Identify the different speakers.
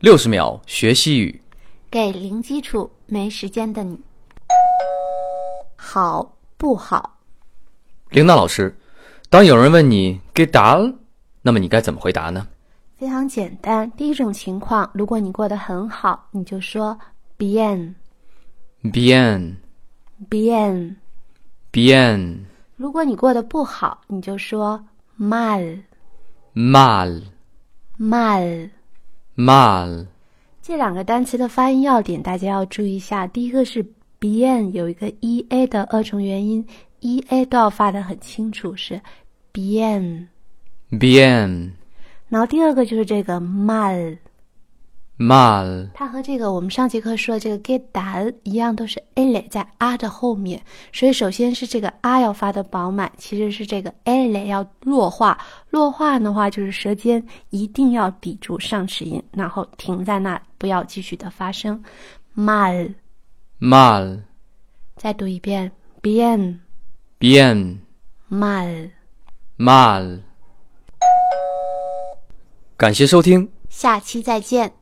Speaker 1: 六十秒学西语。
Speaker 2: 给零基础没时间的你，好不好？
Speaker 1: 铃铛老师，当有人问你 “get down”，那么你该怎么回答呢？
Speaker 2: 非常简单。第一种情况，如果你过得很好，你就说 “bien
Speaker 1: Bien,
Speaker 2: bien”；
Speaker 1: bien,
Speaker 2: 如果你过得不好，你就说 “mal
Speaker 1: mal,
Speaker 2: mal”。
Speaker 1: mal,
Speaker 2: 这两个单词的发音要点，大家要注意一下。第一个是 bien，有一个 e a 的二重元音，e a 都要发的很清楚，是 bien。
Speaker 1: bien,
Speaker 2: 然后第二个就是这个 mal，
Speaker 1: mal,
Speaker 2: 它和这个我们上节课说的这个 get down 一样，都是 l 在 r 的后面，所以首先是这个 r 要发的饱满，其实是这个 l 要弱化。弱化的话就是舌尖一定要抵住上齿龈，然后停在那，不要继续的发声。mal，
Speaker 1: mal,
Speaker 2: 再读一遍 bien
Speaker 1: bien,
Speaker 2: mal。
Speaker 1: mal。感谢收听。
Speaker 2: 下期再见。